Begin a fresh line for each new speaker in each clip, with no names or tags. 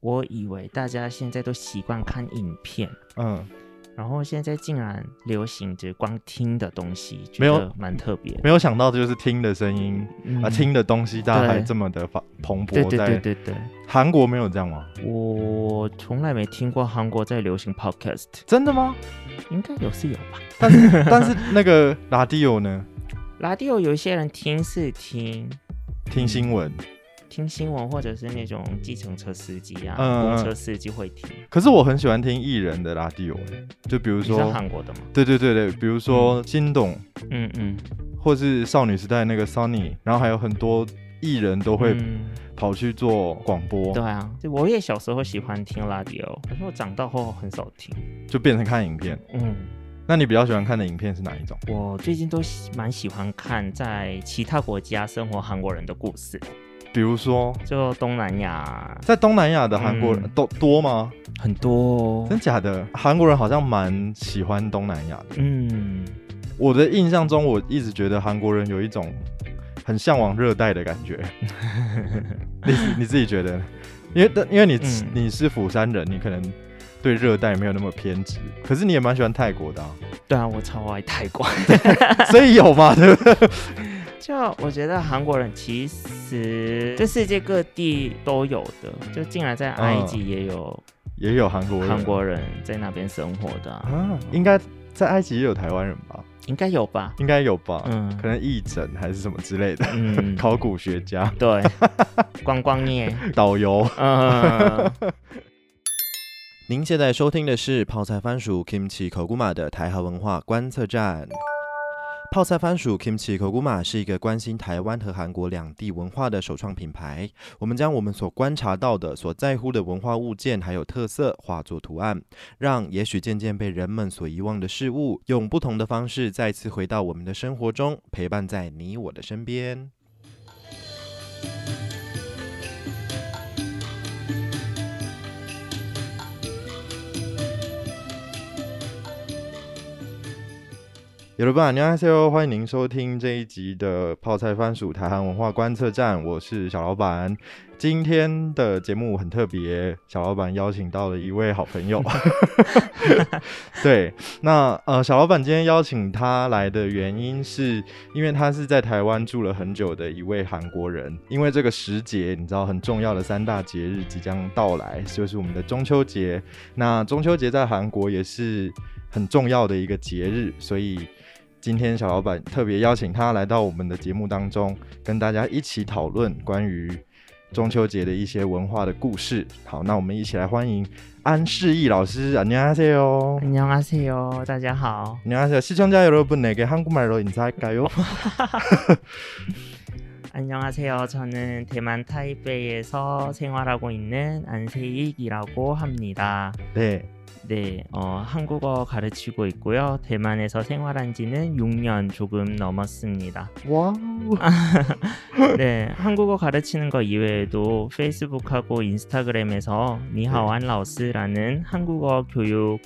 我以为大家现在都习惯看影片，
嗯，
然后现在竟然流行着光听的东西，觉
没有
得蛮特 别的。
没有想到就是听的声音
嗯
啊，听的东西，大家还
对
这么的发蓬
对
勃。
对对
在
对对，
韩国没有这样 吗？
我从来没听过韩国在流行 podcast，
真的吗？
应该有是有吧？
但是但是那个 拉迪欧呢？
拉迪有有一些人听是听
听新闻，
听新闻，或者是那种计程车司机啊、
嗯
公
嗯
车司机会听。
可是我很喜欢听艺人的拉迪欧，就比如
你是
说，
韩国的吗？
对对对对，比如说金董，
嗯嗯，
或是少女时代那个 Sunny，然后还有很多艺人都会
嗯
跑去做广播，
对啊，就我也小时候喜欢听拉迪欧，可是我长大后很少听。
就变成看影片。
嗯，
那你比较喜欢看的影片是哪一种？
我最近都喜蛮喜欢看在其他国家生活韩国人的故事，
比如说，
就东南亚
在东南亚的韩国人
嗯
都多吗？
很多、
真假的？韩国人好像蛮喜欢东南亚的。
嗯，
我的印象中，我一直觉得韩国人有一种很向往热带的感 觉。你你自己觉得呢？因为因为你、
嗯
你是釜山人，你可能对热带没有那么偏执，可是你也蛮喜欢泰国 的、啊，
对啊，我超爱泰国。
所以有嘛？对不 对？
就我觉得韩国人其实这世界各地都有的，就竟然在埃及也有
也有韩嗯国人，
韩国人在那边生活的啊、
啊，应该在埃及也有台湾人吧？
应该有吧？
应该有吧？
嗯
哦可能义诊还是什么之类的，
嗯
考古学家、
对， 观光 业，
导游。
嗯，
您现在收听的是泡菜番薯 Kimchi 口古玛的台韩文化观测站。泡菜番薯 Kimchi 口古玛是一个关心台湾和韩国两地文化的首创品牌。我们将我们所观察到的、所在乎的文化物件还有特色化作图案，让也许渐渐被人们所遗忘的事物，用不同的方式再次回到我们的生活中，陪伴在你我的身边。
有了吧，你好，C.O. 欢迎您收听这一集的泡菜番薯台韩文化观测站，我是小老板。今天的节目很特别，小老板邀请到了一位好朋友。 对，那呃，小老板今天邀请他来的原因是，因为他是在台湾住了很久的一位韩国人。因为这个时节，你知道很重要的三大节日即将到来，就是我们的中秋节。那中秋节在韩国也是很重要的一个节日，所以今天小老板特别邀请他来到我们的节目当中，跟大家一起讨论关于中秋节的一些文化的故事。好，那我们一起来欢迎安世义老师，안녕하세요。
안녕하세요，大家好。
안녕하세요. 시청자 여러분에게 한국말로 인사할까요?
안녕하세요. 저는 대만 타이베이에서 생활하고 있는 안세익이라고 합니다.
네.
네, 어, 한국어 가르치고 있고요. 대만에서 생활한 지는 6년 조금 넘었습니다.
와우.
네, 한국어 가르치는 거 이외에도 페이스북하고 인스타그램에서 니하완 라오스라는 한국어 교육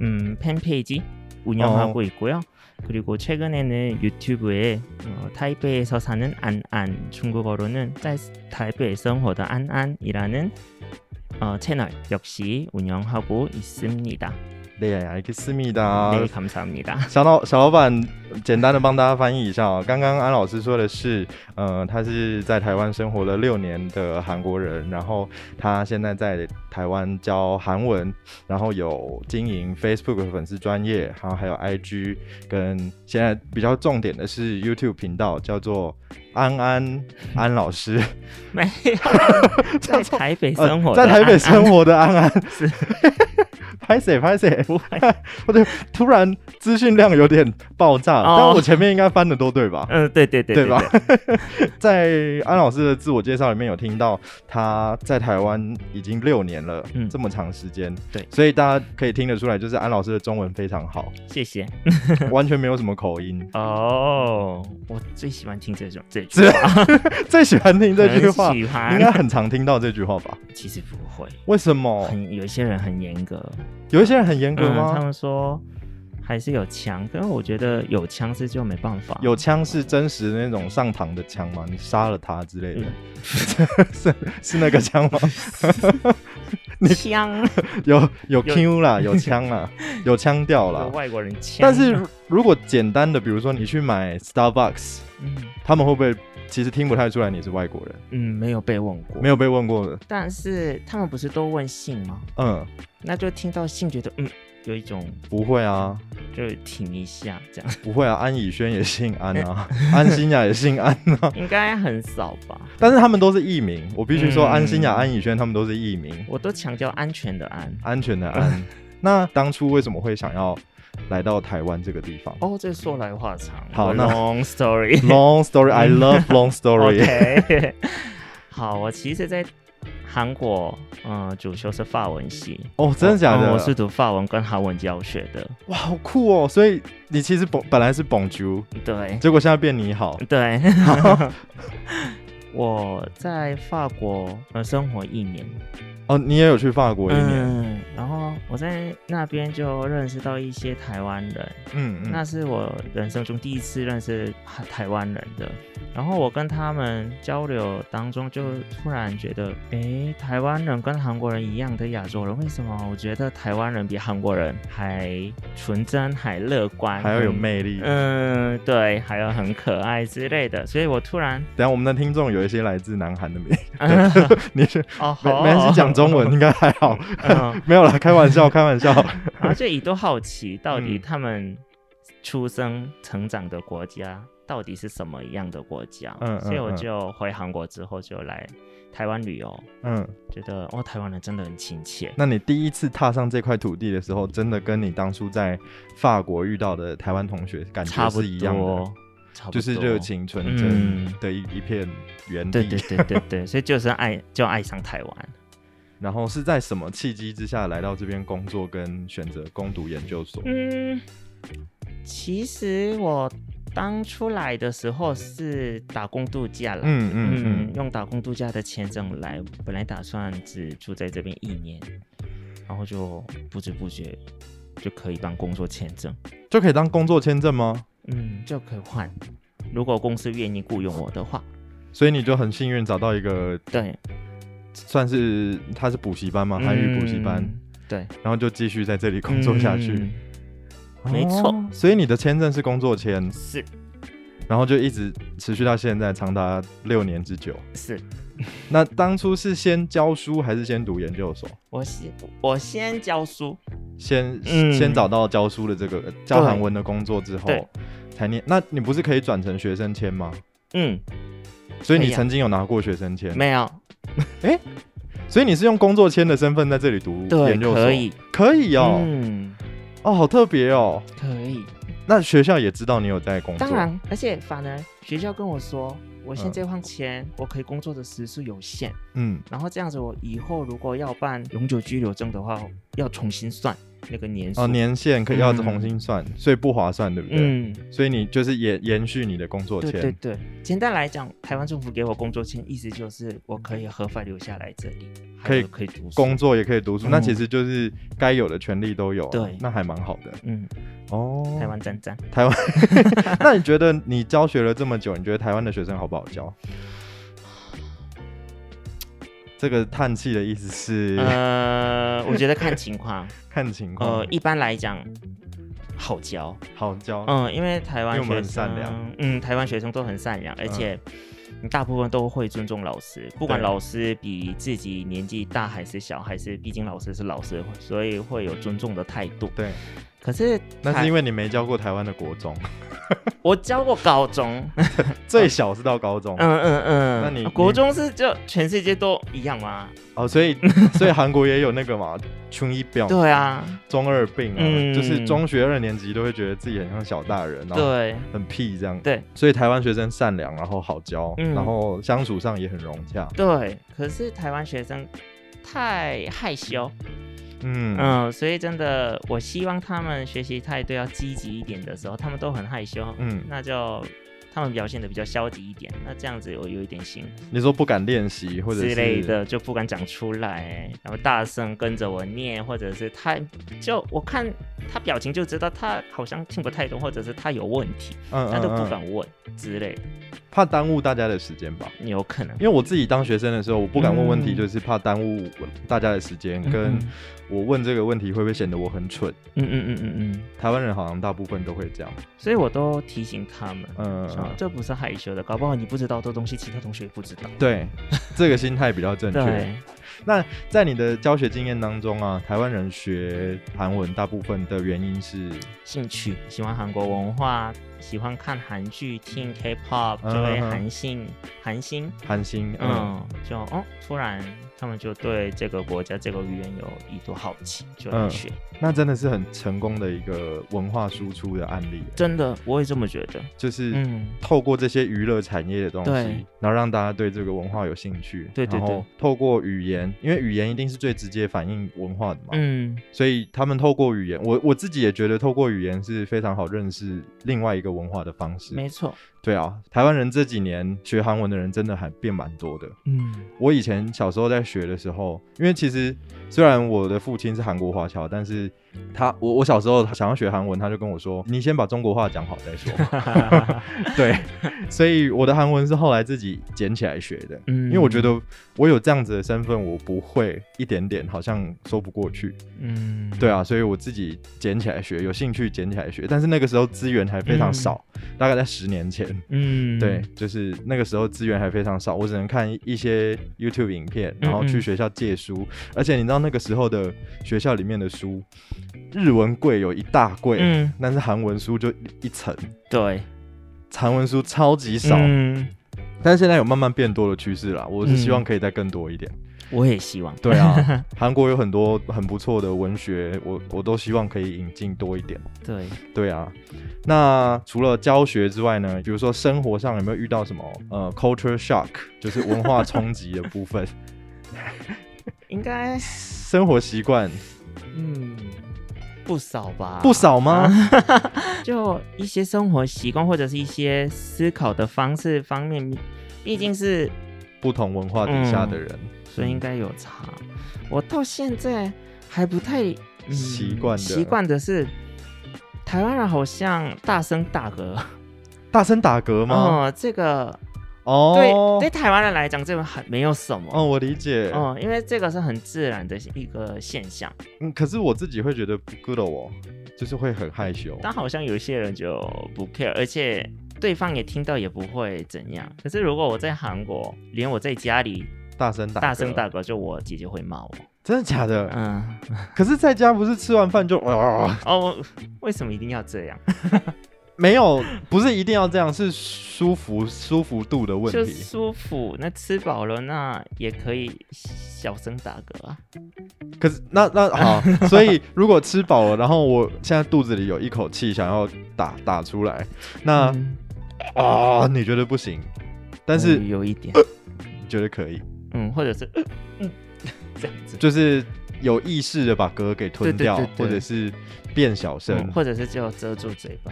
음, 팬페이지 운영하고 있고요. 그리고 최근에는 유튜브에 어, 타이베이에서 사는 안안 중국어로는 짤- 타이베이 생활의 안안이라는 어, 채널 역시 운영하고 있습니다.
네, 알겠습니다.
네, 감사합니다.
小老小老板，简单的帮大家翻译一下哦。刚刚安老师说的是，呃，他是在台湾生活了六年的韩国人，然后他现在在台湾教韩文，然后有经营 Facebook 的粉丝专业，然后还有 IG，跟现在比较重点的是 YouTube 频道，叫做安安安老师，
没有在台北 生活的
呃在
安安、
台北生活的安安
是
拍谁拍谁，
不会，
不对，突然资讯量有点爆炸，
哦
但我前面应该翻的都对吧？
嗯，对对对
对吧
对？
在安老师的自我介绍里面有听到，他在台湾已经六年了，
嗯
这么长时间，
对
所以大家可以听得出来，就是安老师的中文非 常好，
谢谢。
完全没有什么口音。
哦，我最喜欢听这种这句
是
话，
最喜欢听这句话
很，喜欢
应该很常听到这句话吧？
其实不会，
为什么？
很有一些人很严格，
有一些人很严格
嗯他
吗？
们说。还是有枪，但是我觉得有枪是就没办法。
有枪是真实的那种上膛的枪吗？你杀了他之
嗯
类的， 是是那个枪吗？
枪，
有有 Q 啦，有枪啦， 有腔调啦
有。外国人枪。
但是如如果简单的，比如说你去买 Starbucks，
嗯
他们会不会其实听不太出来你是外国人？
嗯，没有被问过。
没有被问过的，
但是他们不是都问姓吗？
嗯，
那就听到姓，觉得嗯，有一种
不会啊，
就停一下这 样，
不会啊，安以轩也姓安啊， 安心雅也姓安啊，
应该很少吧？
但是他们都是艺名，我必须说，
嗯
安心雅、安以轩他们都是艺名，
我都强调安全的安。
安全的安。那当初为什么会想要来到台湾这个地方
哦，这说来话长。
好
我
那
long story。
？Long story, I love long story。
OK，好，我其实，在韩国，嗯，主修是法文系，
哦，真的假
嗯
的？
我是读法文跟韩文教学的，
哇，好酷哦！所以你其实本本来是蹦竹，
对
结果现在变你好。
对。 我在法国呃生活一年，
哦，你也有去法国一年，
嗯，然后我在那边就认识到一些台湾人，
嗯嗯，
那是我人生中第一次认识台台湾人的。然后我跟他们交流当中，就突然觉得，诶，台湾人跟韩国人一样的亚洲人，为什么我觉得台湾人比韩国人还纯真、还乐观，
还要有
很
魅力。
嗯，对，还有很可爱之类的。所以我突然，
等一下我们的听众有一些来自南韩的名， 你是
哦，
没
好
没事讲中文，应该还 好，
嗯，
没有啦，开玩笑，开玩笑。
然后就也都好奇，到底
嗯
他们出生成长的国家到底是什么样的国家？
嗯嗯
所以我
嗯
就回韩国之后就来台湾旅游，
嗯，
觉得哦，台湾人真的很亲切。
那你第一次踏上这块土地的时候，真的跟你当初在法国遇到的台湾同学感
差
觉
不
是一样的
多，，差不多
就是热。情纯真
嗯
的一一片原
对对
地。
对对 对，所以就是爱就爱上台湾。
然后是在什么契机之下来到这边工作跟选择攻读研究所？
嗯，其实我当初来的时候是打工度假了。
嗯嗯
嗯
嗯，，
用打工度假的签证来，本来打算只住在这边一年，然后就不知不觉就可以当工作签证，
就可以当工作签证吗？
嗯，就可以换。如果公司愿意雇佣我的话，
所以你就很幸运找到一个
对，
算是他是补习班嘛，韩语补习班，
嗯对，
然后就继续在这里工作下去。
嗯没错
哦所以你的签证是工作签，
是
然后就一直持续到现在，长达六年之久。
是。
那当初是先教书还是先读研究所？
我先我先教书，
先、
嗯
先找到教书的这个呃教韩文的工作之后
对，
才念。那你不是可以转成学生签吗？
嗯，
所以你
可以啊
曾经有拿过学生签，
没有，
所以你是用工作签的身份在这里读
对，
研究所，
可以，
可以哦，
嗯，
哦，好特别哦。
可以，
那学校也知道你有在工作，
当然，而且反而学校跟我说，我现在换钱，我可以工作的时数有限。
嗯，
然后这样子，我以后如果要办永久居留证的话，要重新算那个年数。
哦，年限可以要
嗯
重新算，所以不划算，对不对？
嗯，
所以你就是延延续你的工作
对
签，
对对。简单来讲，台湾政府给我工作签，意思就是我可以合法留下来这里，
可
还
以
有可以读书
工。作也可以读书，
嗯
那其实就是该有的权利都有、啊，
对
那还蛮好的
嗯，
哦。
台湾赞赞。
台湾， 那你觉得你教学了这么久，你觉得台湾的学生好不好教？这个叹气的意思是、
呃，我觉得看情况。
看 情况，
呃，一般来讲，好教。
好教，
嗯，因为台湾
因为我
学
们很
生
善良，嗯
嗯，台湾学生都很善良，而且大部分都会尊重老师，不管
对
老师比自己年纪大还是小，还是毕竟老师是老师，所以会有尊重的态度。
对，
可是
那是
台
因为你没教过台湾的国中，
我教过高中，嗯
最小是到高中，
嗯嗯，
哦那你
国中是就全世界都一样吗？
哦，所以所以韩国也有那个嘛，中一病，
对啊，
中二病啊，
嗯
就是中学二年级都会觉得自己很像小大人，然后
对
很屁这样。
对
所以台湾学生善良，然后好教，
嗯
然后相处上也很融洽。
对，可是台湾学生太害羞，
嗯，
嗯，所以真的，我希望他们学习态度要积极一点的时候，他们都很害羞，
嗯
那就他们表现的比较消极一点，那这样子我有一点心
你说不敢练习或者
之
是
类的，就不敢讲出来，然后大声跟着我念，或者是他就我看他表情就知道他好像听不太懂，或者是他有问题，
嗯，嗯
他都不
嗯，
敢问之类的，
怕耽误大家的时间吧。
有可能
因为我自己当学生的时候，我不敢问问题，
嗯
就是怕耽误我大家的时间，跟
嗯
我问这个问题会不会显得我很蠢？
嗯嗯嗯嗯嗯，
台湾人好像大部分都会这样。
所以我都提醒他们。
嗯，嗯
说
嗯
这不是害羞的，搞不好你不知道这东西，其他同学也不知道。
对，这个心态比较正确。
对，
在你的教学经验当中啊，台湾人学韩文大部分的原因是，
兴趣喜欢韩国文化，喜欢看韩剧、听 K-pop，
嗯
就会
嗯嗯
韩信、韩星，
韩星，嗯，
嗯，就哦，突然他们就对这个国家、这个语言有一度好奇，就
嗯
来学。
那真的是很成功的一个文化输出的案例，
真的，我也这么觉得。
就是
嗯，
透过这些娱乐产业的东西，
对
然后让大家对这个文化有兴趣，
对对
然后
对
透过语言，因为语言一定是最直接反映文化的嘛，
嗯，
所以他们透过语言，我我自己也觉得透过语言是非常好认识另外一个文化的方式。
没错。
对啊，台湾人这几年学韩文的人真的还变蛮多的。
嗯
我以前小时候在学的时候，因为其实虽然我的父亲是韩国华侨，但是他我我小时候想要学韩文，他就跟我说：“你先把中国话讲好再说。”对，所以我的韩文是后来自己捡起来学的，
嗯，
因为我觉，得我有这样子的身份，我不会一点点好像说不过去。
嗯，
对啊，所以我自己捡起来学，有兴趣捡起来学，但是那个时候资源还非常少，大概在十年前。
嗯，
对，，就是那个时候资源还非常少，我只能看一些 YouTube 影片，然后
嗯
去
嗯
学校借书。而且你知道那个时候的学校里面的书，日文柜有一大柜，
嗯，
但是韩文书就一一层，
对，
韩文书超级少。
嗯，
但是现在有慢慢变多的趋势啦，我是希望
嗯
可以再更多一点。
我也希望。
对 啊，韩国有很多很不错的文学，我我都希望可以引进多一点。
对，
对啊，那除了教学之外呢，比如说生活上有没有遇到什么呃 culture shock，就是文化冲击的 部分，
应该，
生活习惯
嗯，不少吧？
不少吗？
啊就一些生活习惯或者是一些思考的方式方面，毕竟是
不同文化底下的人，
所以应该有差。我到现在还不太、嗯
习惯的
习惯的是，台湾人好像大声大嗝
大声打嗝吗？
哦，这个对、
哦，
对台湾人来讲，这个很没有什么
哦，我理解。
哦，因为这个是很自然的一个现象。
嗯，可是我自己会觉得不 good 哦，就是会很害羞。
但好像有些人就不 care，而且对方也听到也不会怎样。可是如果我在韩国，连我在家里
大声打，
大声，大嗝，就我姐姐会骂我。
真的假的？
嗯，
可是在家不是吃完饭就哇，
哦，为什么一定要 这样？
没有，不是一定要这样，是舒服舒服度的问
就
题。
舒服。那吃饱了，那也可以小声打嗝啊。
可是那那好，所以如果吃饱了，然后我现在肚子里有一口气想要打打出来，那啊、
嗯
你觉得不行，但是呃
嗯
你
有一点，
觉得可以，
嗯，或者是呃嗯这样子，
就是有意识的把嗝给吞掉，
对对对对
或者是变小声
嗯，或者是就遮住嘴巴，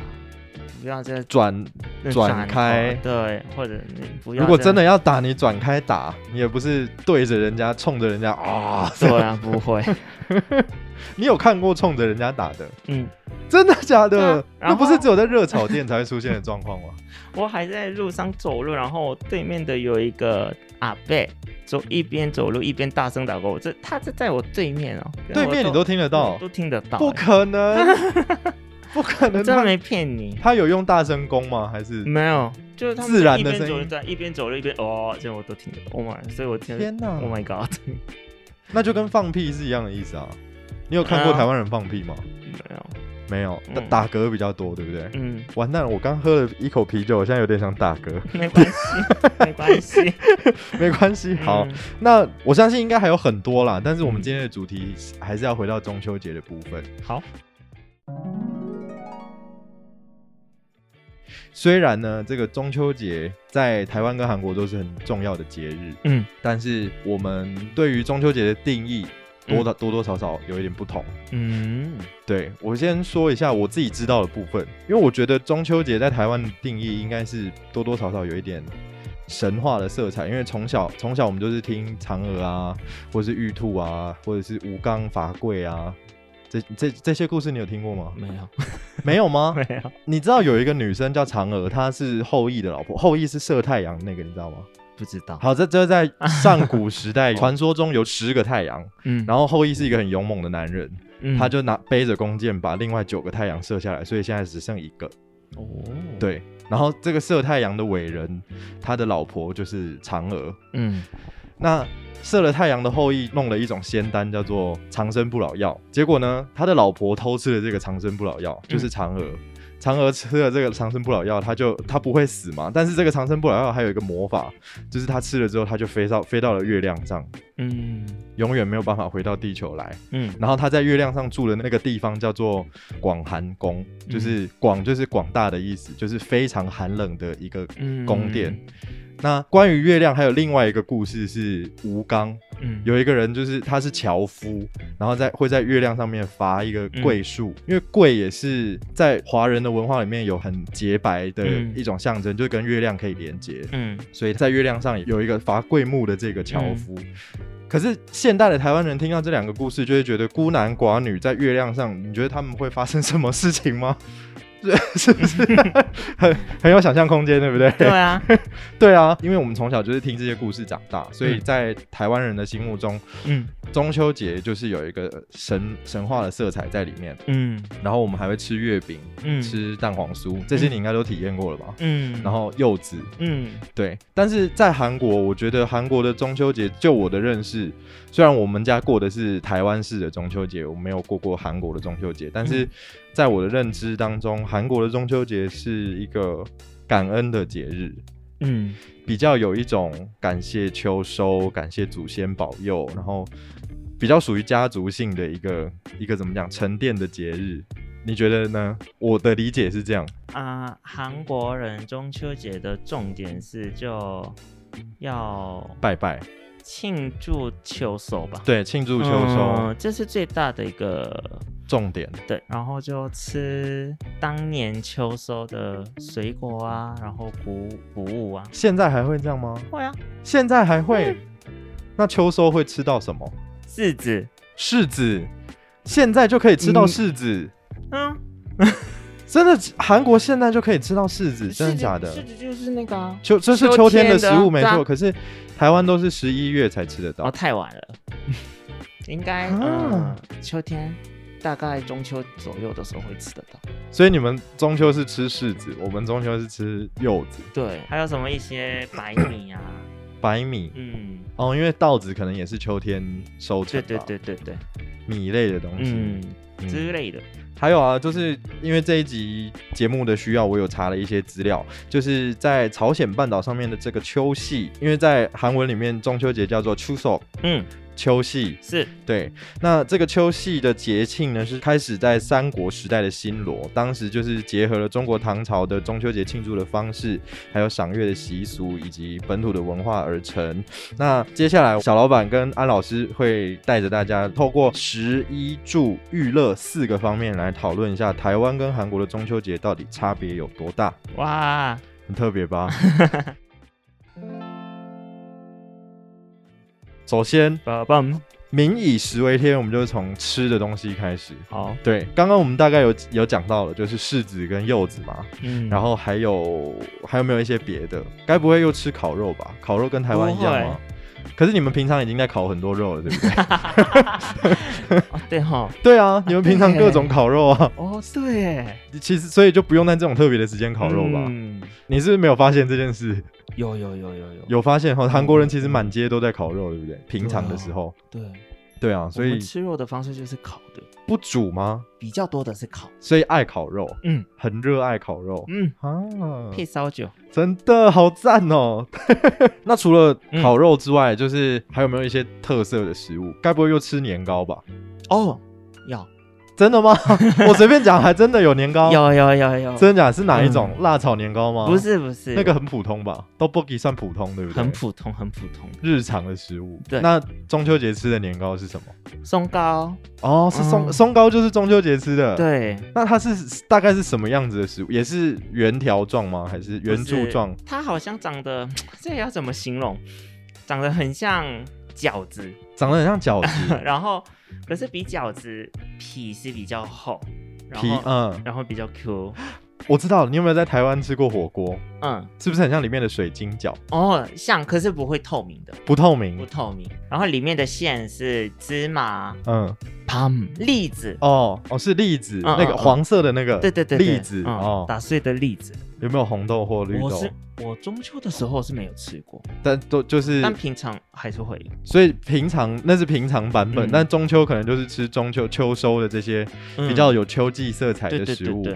不要再
转。转开
对，或者你不要。
如果真的。要打，你转开打，你也不是对着人家冲着人家啊、
对啊，不会，
你有看过冲着人家打的？
嗯，
真的假
对
的
啊？
那
然
不
后
是只有在热炒店才会出现的状况吗？
我还在路上走路，然后对面的有一个阿伯，走一边走路一边大声打嗝，我这他这在我对面哦，
对面你都听得
得
到，
都听得到，哎
不 可能，不可能，
欸真
他
的没嗯骗你，
他有用大声公吗？还是
没有，就是他们
自然
一
的
边
声
走
音
路在一边走路一边哦，这样我都听得懂。Oh my，所以我听得
天哪
Oh my God，
那就跟放屁是一样的意思啊？你有看过
嗯
台湾人放屁吗？
没有，
没有，打
嗯
打嗝比较多，对不对？
嗯，
完蛋了，我刚喝了一口啤酒，我现在有点想打嗝。
没 关系，没关系。
没关系，好，
嗯
那我相信应该还有很多啦，但是我们
嗯
今天的主题还是要回到中秋节的部分。
好，
虽然呢，这个中秋节在台湾跟韩国都是很重要的节日，
嗯，
但是我们对于中秋节的定义多的多多少少有一点不同。
嗯，
对我先说一下我自己知道的部分，因为我觉得中秋节在台湾的定义应该是多多少少有一点神话的色彩，因为从小从小我们就是听嫦娥啊，或是玉兔啊，或者是吴刚伐桂啊，这这这些故事你有听过吗？
没有，
没有吗？
没有，
你知道有一个女生叫嫦娥，她是后羿的老婆，后羿是射太阳那个，你知道吗？
不知道。
好，这这在上古时代传说中有十个太阳，
嗯，
然后后羿是一个很勇猛的男人，
嗯
他就拿背着弓箭把另外九个太阳射下来，所以现在只剩一个。
哦，，
对，然后这个射太阳的伟人，他的老婆就是嫦娥。
嗯
那射了太阳的后羿弄了一种仙丹，叫做长生不老药。结果呢，他的老婆偷吃了这个长生不老药，就是嫦娥。嫦娥吃了这个长生不老药，她就她不会死嘛。但是这个长生不老药还有一个魔法，就是她吃了之后，她就飞到飞到了月亮上，
嗯
永远没有办法回到地球来。
嗯，
然后他在月亮上住的那个地方叫做广寒宫，
嗯
就是广就是广大的意思，就是非常寒冷的一个
嗯
宫殿。那关于月亮还有另外一个故事是吴刚，
嗯
有一个人就是他是樵夫，然后在会在月亮上面伐一个桂树，
嗯
因为桂也是在华人的文化里面有很洁白的
嗯
一种象征，就是跟月亮可以连接。
嗯
所以在月亮上有一个伐桂木的这个樵夫。
嗯
可是现代的台湾人听到这两个故事，就会觉得孤男寡女在月亮上，你觉得他们会发生什么事情吗？ 是是不是很很有想象空间，对不对？
对啊，
对啊，因为我们从小就是听这些故事长大，所以
嗯
在台湾人的心目中，
嗯
中秋节就是有一个神神话的色彩在里面。
嗯
然后我们还会吃月饼、
嗯，
吃蛋黄酥，这些你应该都体验过了吧？
嗯，
然后柚子，
嗯
对，但是在韩国，我觉得韩国的中秋节，就我的认识，虽然我们家过的是台湾式的中秋节，我没有过过韩国的中秋节，但是
嗯
在我的认知当中，韩国的中秋节是一个感恩的节日，
嗯
比较有一种感谢秋收、感谢祖先保佑，然后比较属于家族性的一个一个怎么讲沉淀的节日。你觉得呢？我的理解是这样，
啊，韩国人中秋节的重点是就要
拜拜，
庆祝秋收吧。
对，庆祝
嗯，
秋收，
这是最大的一个
重点。
对，然后就吃当年秋收的水果啊，然后谷谷物啊，
现在还会这样吗？
会啊，
现在还会？那秋收会吃到什么？
柿子，
柿子，现在就可以吃到柿子，
嗯，
真的，韩国现在就可以吃到柿子，真的假的？
子就是那个、啊，
秋这是秋
秋
天
天
的
的
食物没
对
错，
啊
可是台湾都是十一月才吃得到
哦，。太晚 了，应该、
啊
嗯、秋天，大概中秋左右的时候会吃得到。
所以你们中秋是吃柿子，我们中秋是吃柚子、
对，还有什么一些白米 啊，
白米。
嗯，
哦，因为稻子可能也是秋天收成
对
吧，
对对对对，
米类的东西。
嗯
嗯
之类的，
还有啊，就是因为这一集节目的需要，我有查了一些资料，就是在朝鲜半岛上面的这个秋夕，因为在韩文里面中秋节叫做추석，
嗯，
秋夕。
是，
对，那这个秋夕的节庆呢，是开始在三国时代的新罗，当时就是结合了中国唐朝的中秋节庆祝的方式，还有赏月的习俗以及本土的文化而成。那接下来，小老板跟安老师会带着大家透过食衣住娱乐四个方面来讨论一下台湾跟韩国的中秋节到底差别有多大，
哇，
很特别吧？首先，
棒棒，
民以食为天，我们就从吃的东西开始。
好，
对，刚刚我们大概有有讲到了，就是柿子跟柚子嘛，
嗯，
然后还有还有没有一些别的？该不会又吃烤肉吧？烤肉跟台湾一样吗？可是你们平常已经在烤很多肉了，对不对？
哦对哈，
对啊，你们平常
对耶
各种烤肉啊，
哦对耶，
其实所以就不用在这种特别的时间烤肉吧？
嗯
你是不是没有发现这件事？
有有有有有，
有发现
嗯
哈，韩国人其实满街都在烤肉，对不对？平常的时候，
对，
对啊，所
嗯我
以
们吃肉的方式就是烤的，
不煮吗？
比较多的是烤，
所以爱烤肉，
嗯
很热爱烤肉
嗯，
啊。
配烧酒，
真的好赞哦！ 那除了
嗯
烤肉之外，就是还有没有一些特色的食物？该不会又吃年糕吧？
哦，要
真 的吗？我随便讲，还真的有嗯年糕。
有有有有，
哦真的假的？是哪一种？辣炒年糕吗？
不，是不是
那个很普通吧？都 b o g i 算普通，对不对？
很普通很普通，
日常的食物。
对
那中秋节吃的年糕是什么？
松糕
哦，是松
嗯
松糕，就是中秋节吃的。。
对，
那它是大概是什么样子的食物？也是圆条状吗？还是圆柱状？
它好像长得这要怎么形容？长得很像饺子，，
长得很像饺子
然后可是比饺子皮是比较厚，然
皮
后
嗯，
然后比较 Q，
我知道了。你有没有在台湾吃过火锅？
嗯，
是不是很像里面的水晶饺，
哦，像可是不会透明的，
不透
不
明？
透明，然后里面的馅是芝麻、
嗯，
pam 栗子，
哦哦，是栗子，
嗯
那个
嗯嗯
黄色的那个，
对对对，对
栗子
嗯
哦。
打碎的栗子。
有没有红豆或绿
我
豆
是？我中秋的时候是没有吃过，
但都就是，
但平常还是会有。
所以平常那是平常版本，
嗯
但中秋可能就是吃中秋秋收的这些
嗯
比较有秋季色彩
对
的
对
食
对
物，
对，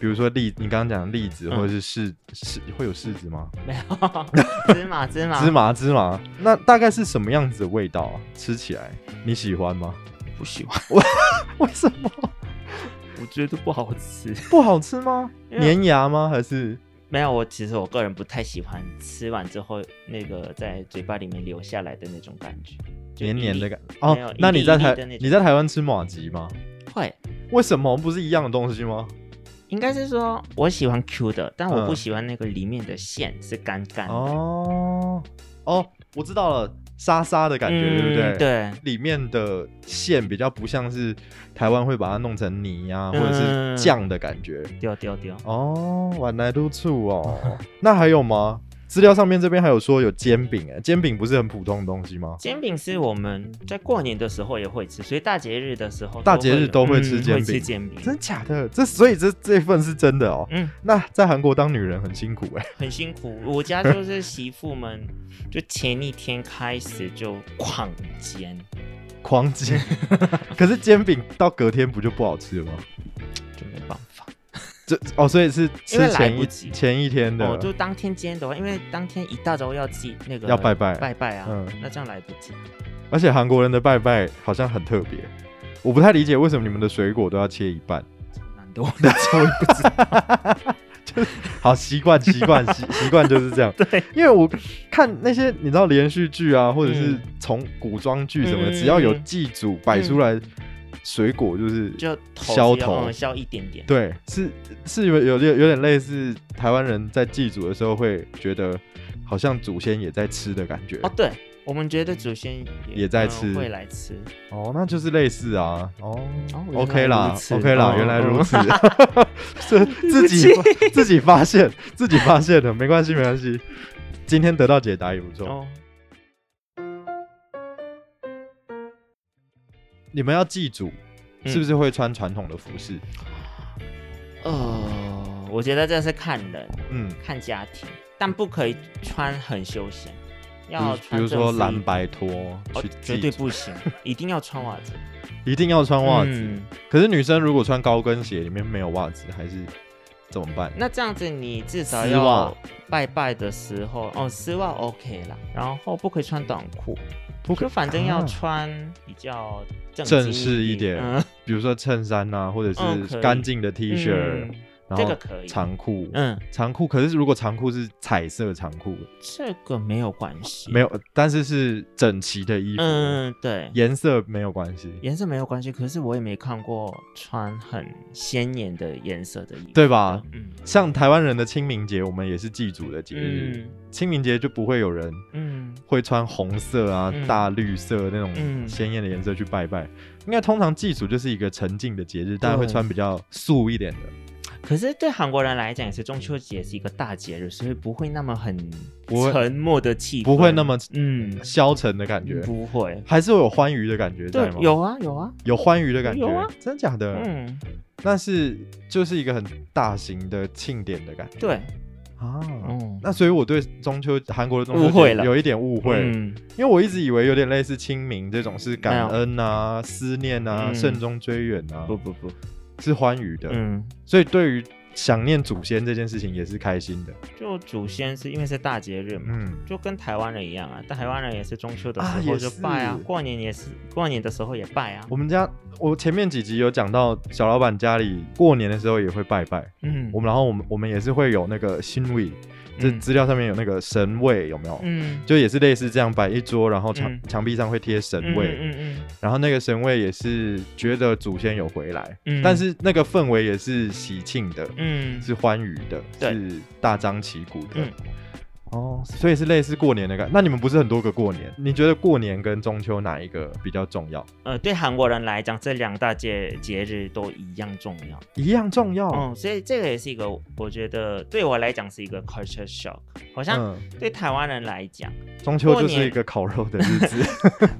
比如说栗，你刚刚讲的栗子
嗯
或者是柿柿，会有柿子吗？
没 有芝麻芝麻
芝麻芝麻，那大概是什么样子的味道啊？吃起来你喜欢 吗？
不喜欢，
为什么
我觉得不好吃。
不好吃吗？
因为
粘牙吗？还是
没有，我其实我个人不太喜欢吃完之后那个在嘴巴里面留下来的那种感觉，就
黏
一
黏的
粒
感？哦
没有，
那
一粒
你在
一粒
台
的那种
你在台湾吃马吉吗？
会。
为什么不是一样的东西吗？
应该是说我喜欢 Q 的，但我不
嗯
喜欢那个里面的馅是干干的，
哦哦，我知道了，沙沙的感觉，对不对？
嗯。对，
里面的馅比较不像是台湾会把它弄成泥啊，或者
嗯
是酱的感觉。
丢丢丢，
哦，晚来都醋 哦。那还有吗？资料上面这边还有说有煎饼，哎，煎饼不是很普通的东西吗？
煎饼是我们在过年的时候也会吃，所以大节日的时候
大节日都
会
会
有
吃
嗯
煎
会
饼
吃煎饼，
真假的？这所以这这份是真的哦。
嗯，
那在韩国当女人很辛苦哎、
很辛苦。我家就是媳妇们，就前一天开始就狂煎，
狂煎。可是煎饼到隔天不就不好吃了吗？
就没办法。
这哦，所以是吃
因为来
前
不
一
及
前一天的，
哦，就当天煎的话，因为当天一大早要祭那个
要拜拜
拜拜啊，
嗯
那这样来不及。
而且韩国人的拜拜好像很特别，我不太理解为什么你们的水果都要切一半，
难度 我也不知道。
好习惯习惯习习惯就是这样。
对，
因为我看那些你知道连续剧啊，或者是
嗯
从古装剧什么的，
嗯嗯
只要有
嗯
祭祖摆出来水果就是。
就头
削
只要
头
嗯削一点点。
对，是是有有点有点类似台湾人在祭祖的时候会觉得好像祖先也在吃的感觉
哦，对，我们觉得祖先
也在
嗯
吃
会来吃。
哦，那就是类似啊，哦
哦原来
，OK 啦
如此
，OK 啦
哦，
原来
哦
如此， 是 自己
对不起
自己发现，自己发现的，没关系，没关系，今天得到解答也不错。
哦，
你们要祭祖，
嗯
是不是会穿传统的服饰？
呃，我觉得这是看人
嗯，
看家庭，但不可以穿很休闲，
比
要
如比
穿
如
正
说
式
蓝
一
白拖
哦
去，
绝
祭
对
祖，
不行，一定要穿袜子。
一定要穿 袜子。
嗯
可是女生如果穿高跟鞋，里面没有袜子，还是怎么办？
那这样子你至少
丝
要
袜
拜拜的时候，哦，丝袜 OK 啦，然后不可以穿短裤，
不可
就反正要
啊
穿比较正
正
经
式一点
嗯
比如说衬衫啊，或者
嗯可
是
以
干净的 T 恤，
嗯
然
这个
后
可以
长裤，
嗯，
长裤，可是如果长裤是彩色长裤，
这个没有关系，
没，有，但是是整齐的衣服，
嗯，对，
颜色没有关系，
颜色没有关系，可是我也没看过穿很鲜艳的颜色的衣服，
对吧？
嗯
像台湾人的清明节，我们也是祭祖的节日，
嗯
清明节就不会有人
嗯，
会穿红色啊、
嗯
大绿色那种
嗯
鲜艳的颜色去拜拜。应该通常祭祖就是一个沉静的节日，大家会
对
穿比较素一点的。
可是对韩国人来讲，也是中秋节是一个大节日，所以不会那么很
不会
沉默的气氛，
不会那么
嗯，
消沉的感觉，
不会，
还是会有欢愉的感觉
嗯
在
对
吗？，
有啊有啊，
有欢愉的感觉，
有啊
真假的？
嗯，
那是就是一个很大型的庆典的感觉
对，
啊。
嗯，
那所以我对中秋韩国的中秋
误会
节
了
有一点误会，
嗯
因为我一直以为有点类似清明这种是感恩啊、思念啊、
嗯
慎终追远啊，
不不不，
是欢愉的。
嗯，
所以对于想念祖先这件事情也是开心的。
就祖先是因为是大节日嘛，
嗯，
就跟台湾人一样啊，但台湾人也是中秋的
啊
时候
也
就拜啊
是，
过年也是过年的时候也拜啊
我。们家我前面几集有讲到，小老板家里过年的时候也会拜拜，
嗯，
我们然后我们我们也是会有那个新位，这
嗯
资料上面有那个神位有没有？
嗯
就也是类似这样摆一桌，然后墙、
嗯
墙壁上会贴神
嗯
位，
嗯嗯
然后那个神位也是觉得祖先有回来，
嗯，
但是那个氛围也是喜庆的，
嗯
是欢愉的，
对
是大张旗鼓的。
嗯
哦，所以是类似过年的感那你们不是很多个过年？你觉得过年跟中秋哪一个比较重要？
呃，对韩国人来讲，这两大节节日都一样重要。
一样重要。
哦、所以这个也是一个，我觉得对我来讲是一个 culture shock。好像
嗯，
对台湾人来讲，
中秋
过
就是
年
一个烤肉的日子。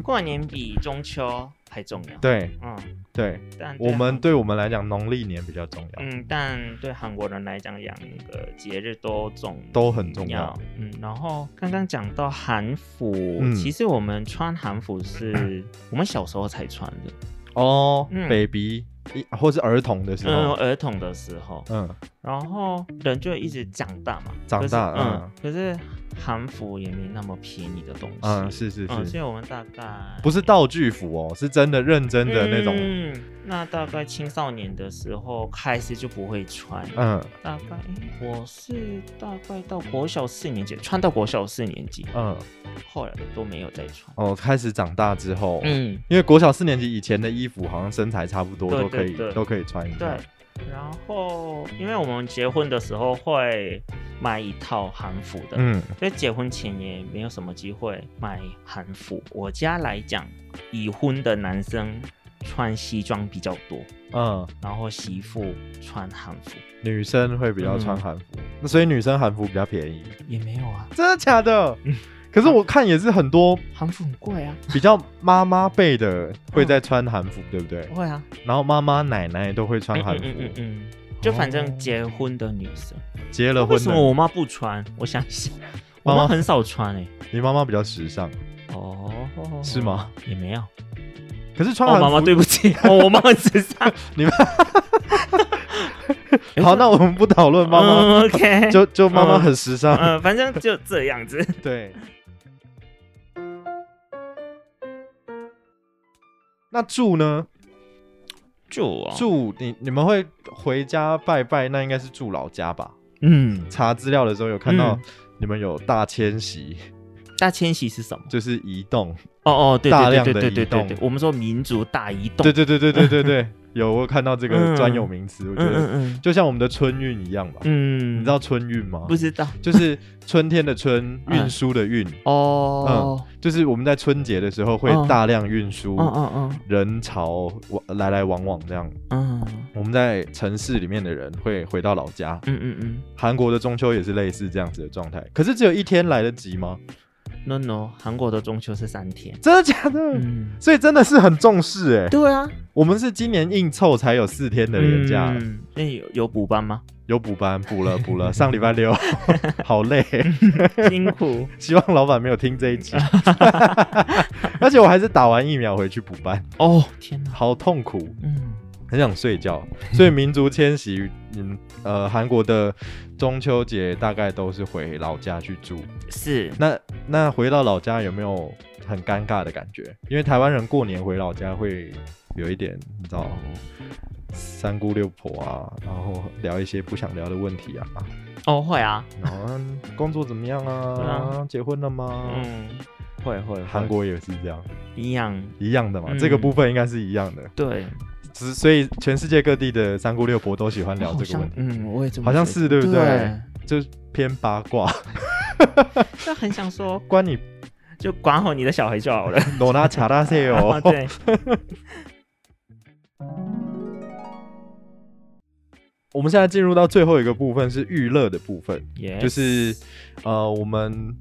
过年比中秋还重要。，
对
嗯，
对，
但 对
我们
韩
对我们来讲，农历年比较重要。
嗯，但对韩国人来讲，两个节日都重
都很重要
要。嗯，然后刚刚讲到韩服，
嗯
其实我们穿韩服是我们小时候才穿的，
哦、
嗯
b a b y 一或是儿童的时
嗯，
候，
儿童的时候，
嗯，
然后人就一直长大嘛，
长
可是
大
嗯，可是韩服也没那么便宜的东西，
嗯，是是
嗯，
是，
所以我们大概
不是道具服哦，是真的认真的那种，
嗯，那大概青少年的时候开始就不会穿，
嗯
大概诶我是大概到国小四年级，穿到国小四年级，
嗯，
后来都没有再穿。
哦，开始长大之后，
嗯，
因为国小四年级以前的衣服好像身材差不多，
对
都可
对
以
对
都可以穿一
对
样。。
然后，因为我们结婚的时候会买一套韩服的，
嗯，
所以结婚前也没有什么机会买韩服。我家来讲，已婚的男生穿西装比较多，
嗯，
然后媳妇穿韩服
女生会比较穿
嗯
韩服，那所以女生韩服比较便宜，
也没有啊，
真的假的？可是我看也是很多
韩服很贵啊，
比较妈妈辈的会在穿韩服，对不对？
会啊，
然后妈妈奶奶都会穿韩服，
嗯嗯嗯嗯，就反正结婚的女生，
结了
为
婚
什么
的
我妈不穿？我想一 想，我
妈妈
妈很少穿欸诶、
你妈妈比较时尚
哦，
是？吗？
也没有，
可是穿
哦，
韩
妈妈
服，，
对不起，哦，我妈很时尚
你们
诶
好，那我们不讨论妈妈，
嗯，OK，
就就妈妈很时尚，
嗯，反正就这样子。
对。那住呢？
住哦，
住你你们会回家拜拜，那应该是住老家吧？
嗯，
查资料的时候有看到
嗯
你们有大迁徙，
大迁徙是什么？
就是移动。
哦哦，对
大量
对
的
对对对
移
对
动
对，我们说民族大移动，
对对对对对 对对，有我有看到这个
嗯
专有名词，我觉
嗯
得
嗯
就像我们的春运一样吧。
嗯，
你知道春运吗？
不知道
就是春天的春，
嗯
运输的运，嗯
哦，
就是我们在春节的时候会
嗯
大量运输
嗯嗯
人潮往来来往往这样。
嗯
我们在城市里面的人会回到老家，
嗯嗯嗯
韩国的中秋也是类似这样子的状态。可是只有一天来得及吗？
嗯，no no，韩国的中秋是三天，
真的假的？
嗯，
所以真的是很重视哎、
对啊，
我们是今年硬凑才有四天的连假，
嗯，那有有补班 吗？
有补班补了补了，上礼 拜六好累，
辛苦，
希望老板没有听这 一集。而且我还是打完疫苗回去补班，
哦，天哪，
好痛苦，
嗯
很想睡觉。所以民族迁徙，嗯呃，韩国的中秋节大概都是回老家去住。
是，
那那回到老家有没有很尴尬的感觉？因为台湾人过年回老家会有一点，你知道，三姑六婆啊，然后聊一些不想聊的问题啊，
哦会啊，
然后嗯工作怎么 样
对
啊？
啊
结婚了吗？
嗯，会会会
韩国也是这样，
一样，
一样的嘛，
嗯
这个部分应该是一样的。
对，
只所以全世界各地的三姑六婆都喜欢聊
好
这个
像
问题，
嗯，我也这么
好像
觉
是对不
得
对？就是偏八卦，
对，就很想说，
关你
就管好你的小孩就 好了。
罗拉卡拉塞
啊
哦。
对，
我们现在进入到最后一个部分是娱乐的部分。
Yes
就是呃，我们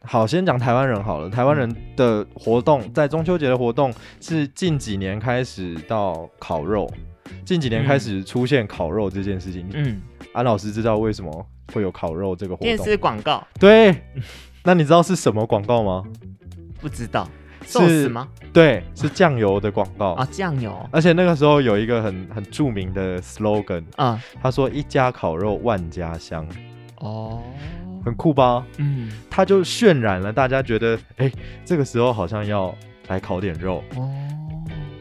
好先讲台湾人好了。台湾人的活动，在中秋节的活动是近几年开始到烤肉，近几年开始出现烤肉这件事情。
嗯，
安老师知道为什么会有烤肉这个活
电
动？
视广告
对。那你知道是什么广告吗？
不知道，寿司吗？
对，是酱油的广告
啊，酱油
而且那个时候有一个很很著名的 slogan，
啊，
他说一家烤肉万家香，
哦，
很酷吧？
嗯，
他就渲染了大家觉得，哎、这个时候好像要来烤点肉。
哦，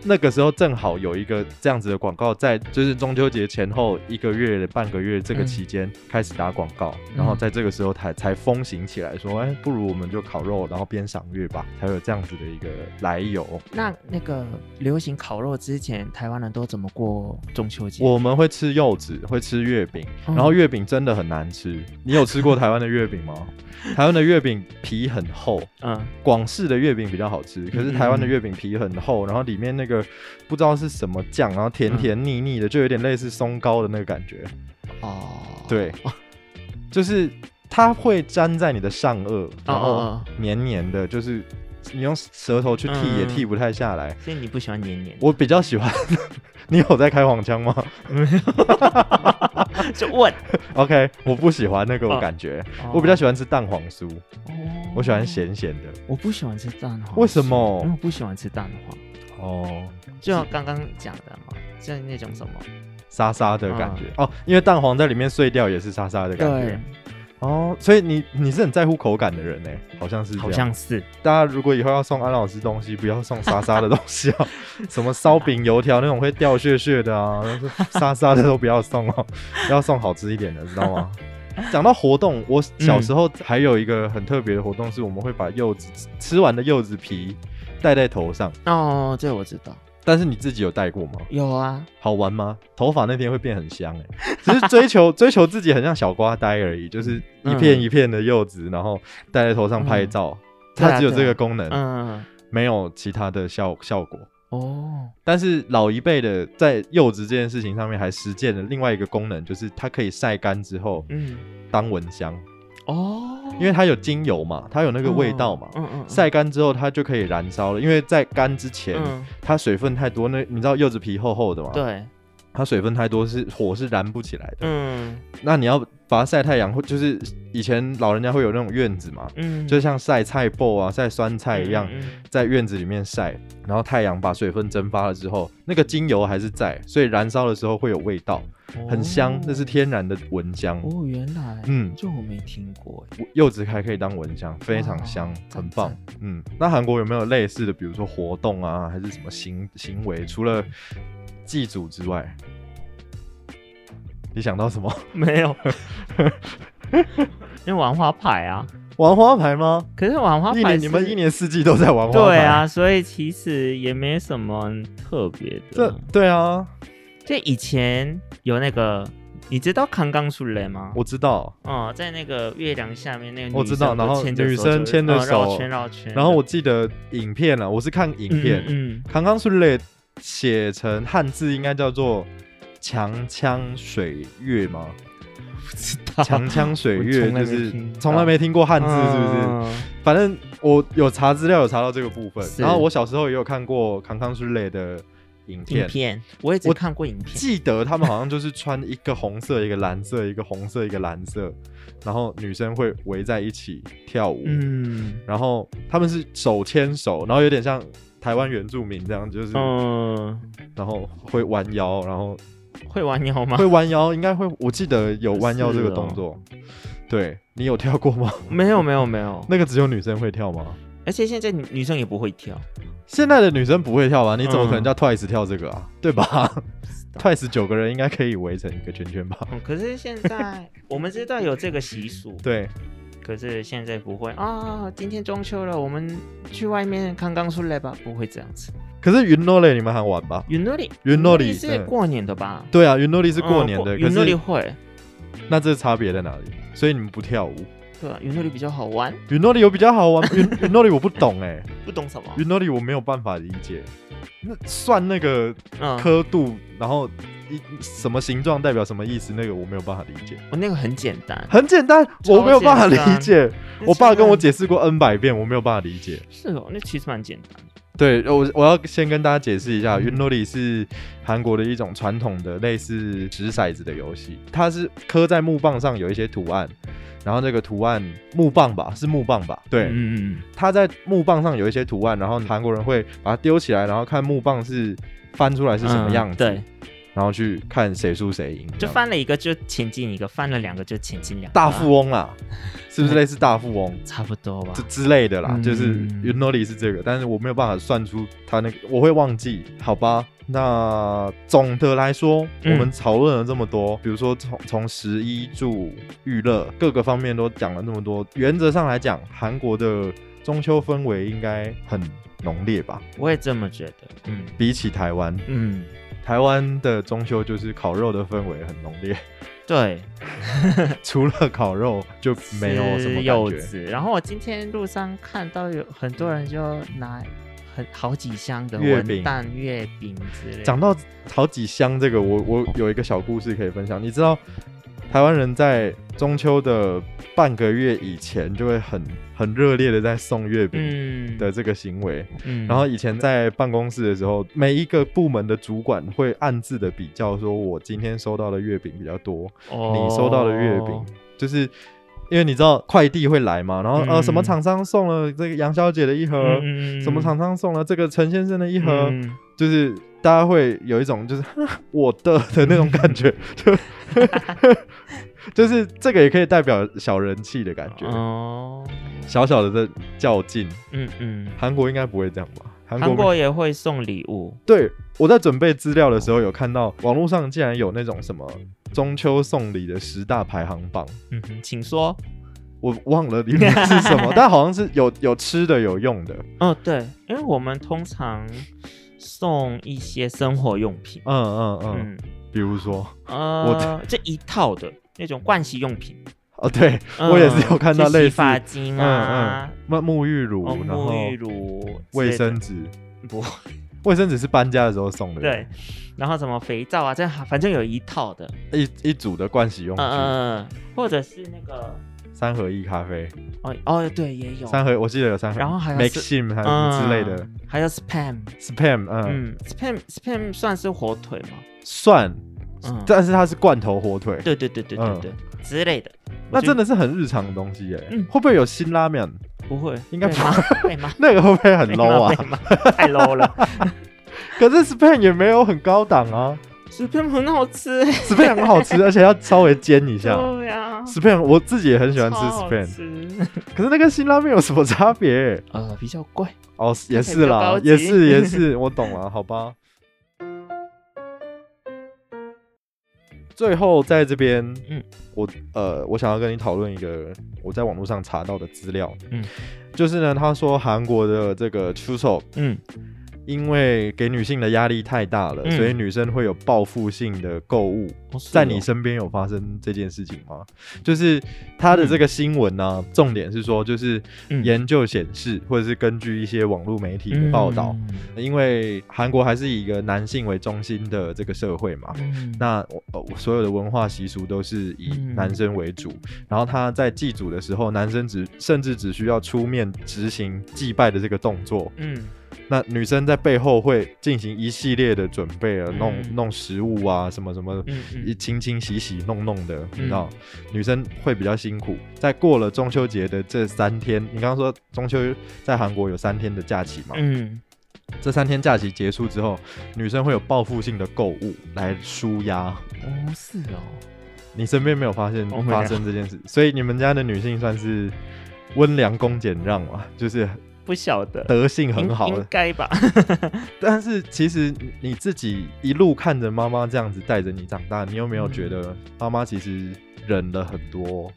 那个时候正好有一个这样子的广告在，就是中秋节前后一个月、半个月这个
嗯
期间开始打广告，然后在这个时候才才风行起来，说，哎、不如我们就烤肉，然后边赏月吧，才有这样子的一个来由。
那那个流行烤肉之前，台湾人都怎么过中秋节？
我们会吃柚子，会吃月饼，
嗯
然后月饼真的很难吃。你有吃过台湾的月饼吗？台湾的月饼皮很厚，
嗯
广式的月饼比较好吃，可是台湾的月饼皮很厚，然后里面那个不知道是什么酱，然后甜甜腻腻的，就有点类似松糕的那个感觉。
哦，
对，就是它会粘在你的上颚，
哦
然后
哦，
黏黏的，就是你用舌头去剔也
嗯
剔不太下来。
所以你不喜欢黏黏的，
我比较喜欢， 你有在开黄腔吗？
就问，
OK，我不喜欢那个，
哦
我感觉、我比较喜欢吃蛋黄酥，
哦
我喜欢，咸咸的。
我不喜欢吃蛋黄酥，
为什么
因为我不喜欢吃蛋黄，
哦，
就像刚刚讲的嘛，像那种什么，
沙沙的感觉、哦，因为蛋黄在里面碎掉也是沙沙的感
对
觉，哦，所以你你是很在乎口感的人呢，欸好像是这样。
好像是，
大家如果以后要送安老师东西，不要送沙沙的东西 哦，什么烧饼、油条那种会掉屑屑的啊，沙沙的都不要送 哦，要送好吃一点的，知道吗？讲到活动，我小时候还有一个很特别的活动，是我们会把柚子吃完的柚子皮戴在头上，
哦，这我知道，
但是你自己有戴过吗？
有啊，
好玩吗？头发那天会变很香哎、只是追求 追求自己很像小瓜呆而已，就是
嗯
一片一片的柚子，然后戴在头上拍照，
对啊
它只有
对啊
这个功能，
嗯，
没有其他的效效果。
哦，
但是老一辈的在柚子这件事情上面还实践了另外一个功能，就是它可以晒干之后
嗯，
当蚊香，
哦，
因为它有精油嘛，它有那个味道嘛。
嗯嗯，嗯
晒干之后，它就可以燃烧了，因为在干之前，
嗯，
它水分太多，那你知道柚子皮厚厚的嘛，，
对，
它水分太多是火是燃不起来的。
嗯
那你要把它晒太阳，或就是以前老人家会有那种院子嘛，
嗯，
就像晒菜脯啊、晒酸菜一样，
嗯，嗯
在院子里面晒，然后太阳把水分蒸发了之后，那个精油还是在，所以燃烧的时候会有味道，
嗯
很香，那是
哦
天然的蚊香。
哦，原来，
嗯，
这我没听过耶，
柚子还可以当蚊香，非常香
哇，
很
赞
棒
赞。
嗯，那韩国有没有类似的，比如说活动啊，还是什么行行为？除了祭祖之外，你想到什么？
没有， 因为玩花牌啊，
玩花牌吗？
可是玩花
一
牌
年
是
你们一年四季都在玩花牌？
对，啊，所以其实也没什么特别
这
的。
对啊，
就以前有那个，你知道康冈树雷吗？
我知道。
哦，在那个月亮下面那个女生
我知道然后
牵着手
女生牵着
就是
手
嗯绕圈绕圈，
然后我记得影片了、啊，我是看影片，
嗯嗯
康康顺类写成汉字应该叫做“强腔水 月”吗？
嗯不知道
强腔水
我
月
从来
就
没
是
听到
从来没听过汉字，是不是？
嗯
反正我有查资料，有查到这个部分。
是
然后我小时候也有看过康康顺类的影片
影，片，我也只
我
看过影片。
记得他们好像就是穿一个红色、一个蓝色、一个红色、一个蓝色，然后女生会围在一起跳舞。
嗯
然后他们是手牵手，然后有点像台湾原住民这样，就是、
嗯，
然后会弯腰，然后
会玩鸟吗
会？弯腰，应该会，我记得有弯腰这个
是哦
动作。对你有跳过吗？
没有没有没有，
那个只有女生会跳吗？
而且现在女女生也不会跳，
现在的女生不会跳吧？你怎么可能
嗯
叫 Twice 跳这个啊？对 吧
道
？Twice 九个人应该可以围成一个圈圈吧？
嗯，可是现在 我们知道有这个习俗，
对，
可是现在不会啊、今天中秋了，我们去外面看刚出来吧，不会这样子。
可是云诺嘞，你们还玩吧？
云诺里，
云诺里
是
对
过哦年的吧？
对啊，云诺丽是
是
过年的，可
云诺里
是
会，
那这差别在哪里？所以你们不跳 舞？
对啊，云诺里比较好玩，
云诺丽有比较好玩，云云诺丽我不懂哎、
不懂什么，
云诺里我没有办法理解，那算那个
嗯，
刻度，然后一什么形状代表什么意思，那个我没有办法理解。
我那个很简单，
很简单，
超
我没有办 法理解。我爸跟我
解
解释过 N 百遍，我没有办法理解。
是哦，那其实蛮简单的，
对，呃我我要先跟大家解释
嗯
一下，云罗里是韩国的一种传统的类似掷骰子的游戏，它是刻在木棒上有一些图案，然后这个图案木棒吧，是木棒吧？对，
嗯嗯
它在木棒上有一些图案，然后韩国人会把它丢起来，然后看木棒是翻出来是什么样
嗯
子，
对，
然后去看谁输谁赢，这
就
样
翻了一个就前进一个，翻了两个就前进两个啊，
大富翁啦，是不是类似大富翁？
差不多吧
之。之类的啦，
嗯
就是云诺里是这个，但是我没有办法算出他那个，我会忘记，好吧？那总的来说，
嗯
我们讨论了这么多，比如说从从食衣住娱乐各个方面都讲了那么多，原则上来讲，韩国的中秋氛围应该很浓烈吧？
我也这么觉得。嗯
比起台湾，
嗯，
台湾的中秋就是烤肉的氛围很浓烈，
对，
除了烤肉就没有什
吃
么
柚
感觉。
子。然后我今天路上看到有很多人就拿很好几箱的
月
文
饼
旦月饼之类的，
讲到好几箱这个，我我有一个小故事可以分享。你知道，台湾人在中秋的半个月以前就会很很热烈的在送月饼
嗯
的，这个行为。
嗯，
然后以前在办公室的时候，每一个部门的主管会暗自的比较，说我今天收到的月饼比较多，
你
你收到的月饼，就是。因为你知道快递会来嘛，然后呃，
嗯
什么厂商送了这个杨小姐的一盒，
嗯
什么厂商送了这个陈先生的一
一
盒，就是大家会有一种就是 我的的那种感觉， 就就是这个也可以代表小人气的感觉，
哦，
小小的在较劲。
嗯嗯，
韩国应该不会这样吧？韩
韩
国
国也会送礼物，
对我在准备资料的时候有看到网络上竟然有那种什么中秋送礼的十大排行榜，
嗯哼，请说。
我忘了里面是什 么，但好像是有有吃的有用的，
哦，对，因为我们通常送一些生活用品，
嗯嗯嗯，
嗯，
比如说
呃，这一套的那种盥洗用品，
哦，对 我也是
嗯
有看到
就
类
洗
似
发精啊，
沐沐浴乳，
哦，
然
沐
后
浴乳、
卫生纸。
不
卫生纸是搬家的时候送的，
对，然后什么肥皂啊，这反正有一套的，
一一组的盥洗用
嗯
具，
嗯嗯，或者是那个
三合一咖啡，
哦哦，对，也有，
三合我记得有三合，
然后还有
Maxim 还有什么之类的
嗯，还有 spam，
Spam，嗯，
嗯，spam spam 算是火腿吗？
蒜，
嗯，
但是它是罐头火腿，
对对对对对
嗯
对之类的，
那真
的
的是很日常的东西耶
嗯。
会不会有辛拉面？
不会，
应该
被
不
骂 被 骂
那个会不会很
被骂
low 啊？
被骂太 low 了
可是 Spam 也没有很高档啊
，spam 很好吃，
，Spam 很好 吃，而且要稍微煎一下。
对呀，
Spam 我自己也很喜欢吃
哦超好
Spam，
吃
可是那跟辛拉面有什么差别？
呃，比较贵，
哦，也
起来
是
比较
啦
高，
也
级
是也是，我懂了，好吧。最后在这边，嗯
嗯，
我呃，我想要跟你讨论一个我在网络上查到的资料，嗯
嗯，
就是呢，他说韩国的这个出售，
嗯，
因为给女性的压力太大了，
嗯
所以女生会有报复性的购物。
哦是
在
哦
你身边有发生这件事情吗？就是他的这个新闻呢、重点是说，就是
嗯
研究显示，或者是根据一些网络媒体的报
嗯
道，，因为韩国还是以一个男性为中心的这个社会嘛。
嗯，嗯
那我呃我所有的文化习俗都是以
嗯
男生为主，然后他在祭祖的时候，男生只甚至只需要出面执行祭拜的这个动作，
嗯
那女生在背后会进行一系列的准备啊，弄
嗯
弄食物啊，什么什么
嗯
一
嗯
清清洗洗弄弄的，你知
嗯
道，女生会比较辛苦。在过了中秋节的这三天，你刚刚说中秋在韩国有三天的假期嘛？
嗯，
这三天假期结束之后，女生会有报复性的购物来舒压。
哦是哦，
你身边没有发现
我哦没有
发生这件事，所以你们家的女性算是温良恭俭让嘛，就是
不晓得，
德性很
应
好的
应。该 吧？
但是其实你自己一路看着妈妈这样子带着你长大，你有没有
嗯
觉得妈妈其实忍了很多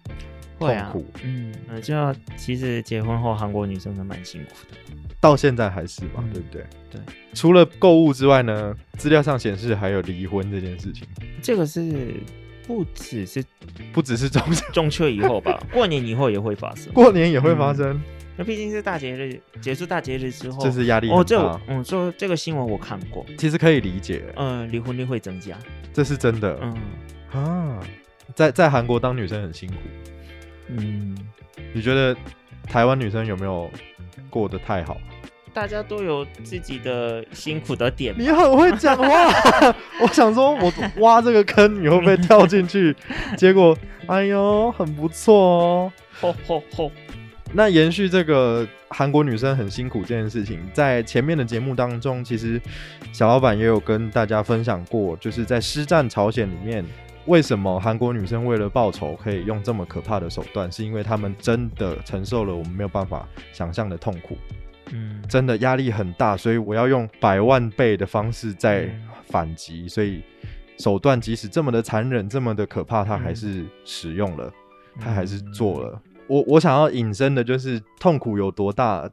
会
痛
啊
苦？
嗯，呃就其实结婚后韩国女生都蛮辛苦的，
到现在还是嘛，
嗯
对不对？
对。
除了购物之外呢，资料上显示还有离婚这件事情，
这个是不只是
不只是中秋，
中秋以后吧，过年以后也会发生。
过年也会发生，
那毕竟是大节日，结束大节日之后，
这是压力很大。
嗯哦，这我嗯，这这个新闻我看过，
其实可以理解，
嗯，离婚率会增加，
这是真的、
嗯
啊。在在韩国当女生很辛苦，
嗯，
你觉得台湾女生有没有过得太好？
大家都有自己的辛苦的点嘛。
你很会讲话， 我想说，我挖这个坑，你会不会跳进去？结果，哎呦，很不错哦。
吼吼吼！
那延续这个韩国女生很辛苦这件事情，在前面的节目当中，其实小老板也有跟大家分享过，就是在师战朝鲜里面，为什么韩国女生为了报仇可以用这么可怕的手段，是因为她们真的承受了我们没有办法想象的痛苦，
嗯，
真的压力很大，所以我要用百万倍的方式在反击，所以手段即使这么的残忍，这么的可怕，她还是使用了，她还是
嗯
做了。我我想要引申的就是痛苦有多大，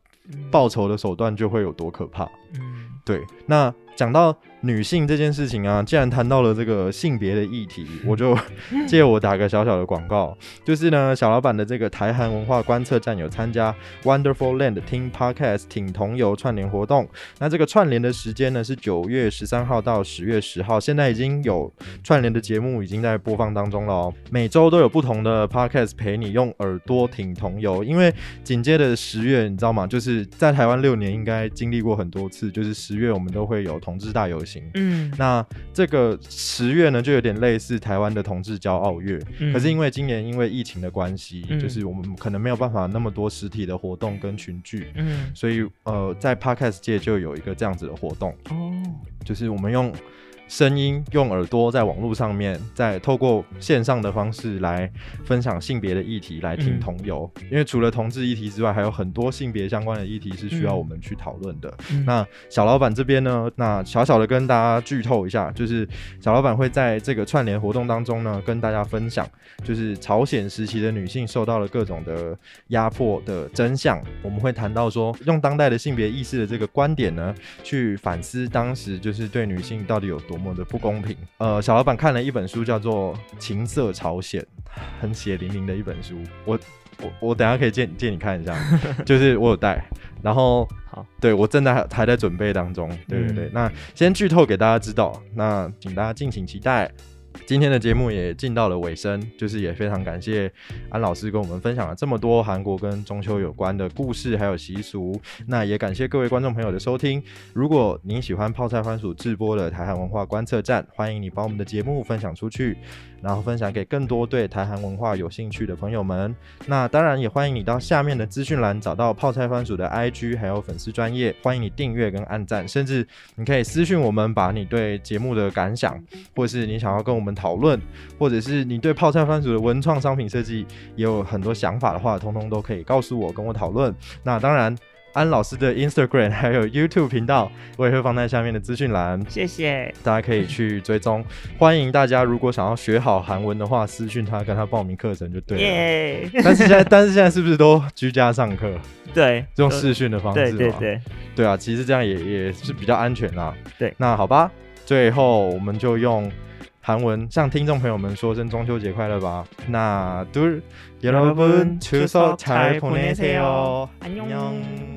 报仇的手段就会有多可怕。
嗯。
对，那讲到女性这件事情啊，既然谈到了这个性别的议题，我就 借我打个小小的广告，就是呢，小老板的这个台韩文化观测站有参加 Wonderful Land 听 Podcast 挺同游串联活动，那这个串联的时间呢是九月十三号到十月十号，现在已经有串联的节目已经在播放当中了哦，每周都有不同的 Podcast 陪你用耳朵挺同游，因为紧接着十月，你知道吗？就是在台湾六年应该经历过很多次，就是十月我们都会有同志大游行。
嗯，
那这个十月呢，就有点类似台湾的同志骄傲月，可是因为今年因为疫情的关系，
嗯
就是我们可能没有办法那么多实体的活动跟群聚，
嗯
所以呃，在 podcast 界就有一个这样子的活动，
哦，
就是我们用声音、用耳朵在网络上面，再透过线上的方式来分享性别的议题，来听
嗯
同游。因为除了同志议题之外，还有很多性别相关的议题是需要
嗯
我们去讨论的。
嗯
那小老板这边呢，那小小的跟大家剧透一下，就是小老板会在这个串联活动当中呢，跟大家分享，就是朝鲜时期的女性受到了各种的压迫的真相。我们会谈到说，用当代的性别意识的这个观点呢，去反思当时就是对女性到底有多么的不公平。呃，小老板看了一本书，叫做《情色朝鲜》，很血淋淋的一本书。我我我等一下可以借借你看 一下，就是我有带，然后
好，
对我正在还还在准备当中。对对对，
嗯
那先剧透给大家知道，那请大家敬请期待。今天的节目也进到了尾声，就是也非常感谢安老师跟我们分享了这么多韩国跟中秋有关的故事还有习俗。那也感谢各位观众朋友的收听。如果您喜欢泡菜番薯直播的台韩文化观测站，欢迎你把我们的节目分享出去，然后分享给更多对台韩文化有兴趣的朋友们。那当然也欢迎你到下面的资讯栏找到泡菜番薯的 IG，还有粉丝专业，欢迎你订阅跟按赞，甚至你可以私讯我们，把你对节目的感想，或是你想要跟我们讨论，或者是你对泡菜番薯的文创商品设计也有很多想法的话，通通都可以告诉我，跟我讨论。那当然。安老师的 Instagram 还有 YouTube 频道，我也会放在下面的资讯栏。
谢谢，
大家可以去追 踪。欢迎大家，如果想要学好韩文的话，私讯他，跟他报名课程就对了。啊
耶，
但是现在，但是现在是不是都居家上课，
对，
用
都
视讯的方式
对
嘛？
对对，
对啊，其实这样也也是比较安全啦。
对
那好吧，最后我们就用韩文向听众朋友们说声中秋节快乐吧。那둘여러분추석잘보내세요
안녕
안녕